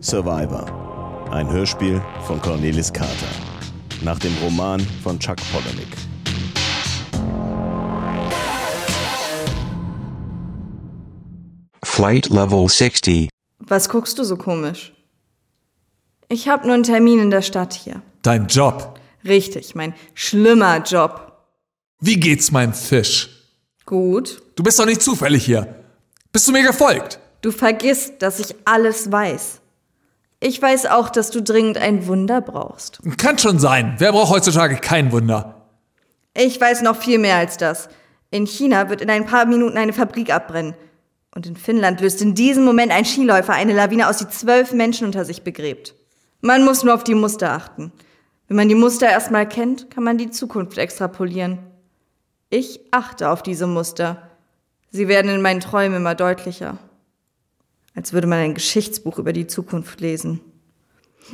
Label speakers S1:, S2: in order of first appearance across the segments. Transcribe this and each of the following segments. S1: Survivor. Ein Hörspiel von Cornelis Carter. Nach dem Roman von Chuck Polonik.
S2: Flight Level 60.
S3: Was guckst du so komisch? Ich hab nur einen Termin in der Stadt hier.
S4: Dein Job.
S3: Richtig, mein schlimmer Job.
S4: Wie geht's meinem Fisch?
S3: Gut.
S4: Du bist doch nicht zufällig hier. Bist du mir gefolgt?
S3: Du vergisst, dass ich alles weiß. Ich weiß auch, dass du dringend ein Wunder brauchst.
S4: Kann schon sein. Wer braucht heutzutage kein Wunder?
S3: Ich weiß noch viel mehr als das. In China wird in ein paar Minuten eine Fabrik abbrennen. Und in Finnland löst in diesem Moment ein Skiläufer eine Lawine aus, die zwölf Menschen unter sich begräbt. Man muss nur auf die Muster achten. Wenn man die Muster erstmal kennt, kann man die Zukunft extrapolieren. Ich achte auf diese Muster. Sie werden in meinen Träumen immer deutlicher. Als würde man ein Geschichtsbuch über die Zukunft lesen.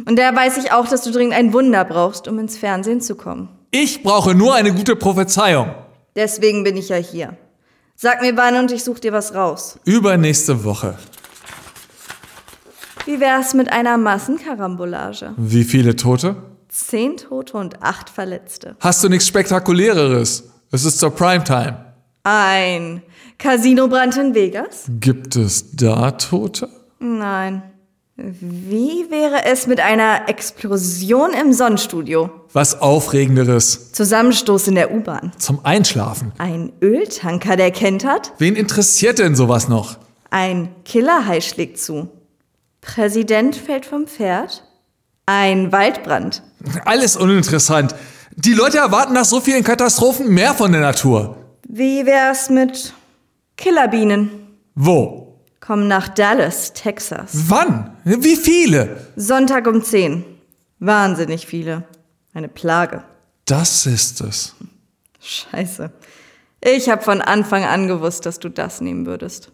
S3: Und da weiß ich auch, dass du dringend ein Wunder brauchst, um ins Fernsehen zu kommen.
S4: Ich brauche nur eine gute Prophezeiung.
S3: Deswegen bin ich ja hier. Sag mir wann und ich such dir was raus.
S4: Übernächste Woche.
S3: Wie wär's mit einer Massenkarambolage?
S4: Wie viele Tote?
S3: Zehn Tote und acht Verletzte.
S4: Hast du nichts Spektakuläreres? Es ist zur Primetime.
S3: Ein Casinobrand in Vegas?
S4: Gibt es da Tote?
S3: Nein. Wie wäre es mit einer Explosion im Sonnenstudio?
S4: Was Aufregenderes.
S3: Zusammenstoß in der U-Bahn?
S4: Zum Einschlafen.
S3: Ein Öltanker, der kentert?
S4: Wen interessiert denn sowas noch?
S3: Ein Killerhai schlägt zu. Präsident fällt vom Pferd? Ein Waldbrand.
S4: Alles uninteressant. Die Leute erwarten nach so vielen Katastrophen mehr von der Natur.
S3: Wie wär's mit Killerbienen?
S4: Wo?
S3: Kommen nach Dallas, Texas.
S4: Wann? Wie viele?
S3: Sonntag um 10. Wahnsinnig viele. Eine Plage.
S4: Das ist es.
S3: Scheiße. Ich habe von Anfang an gewusst, dass du das nehmen würdest.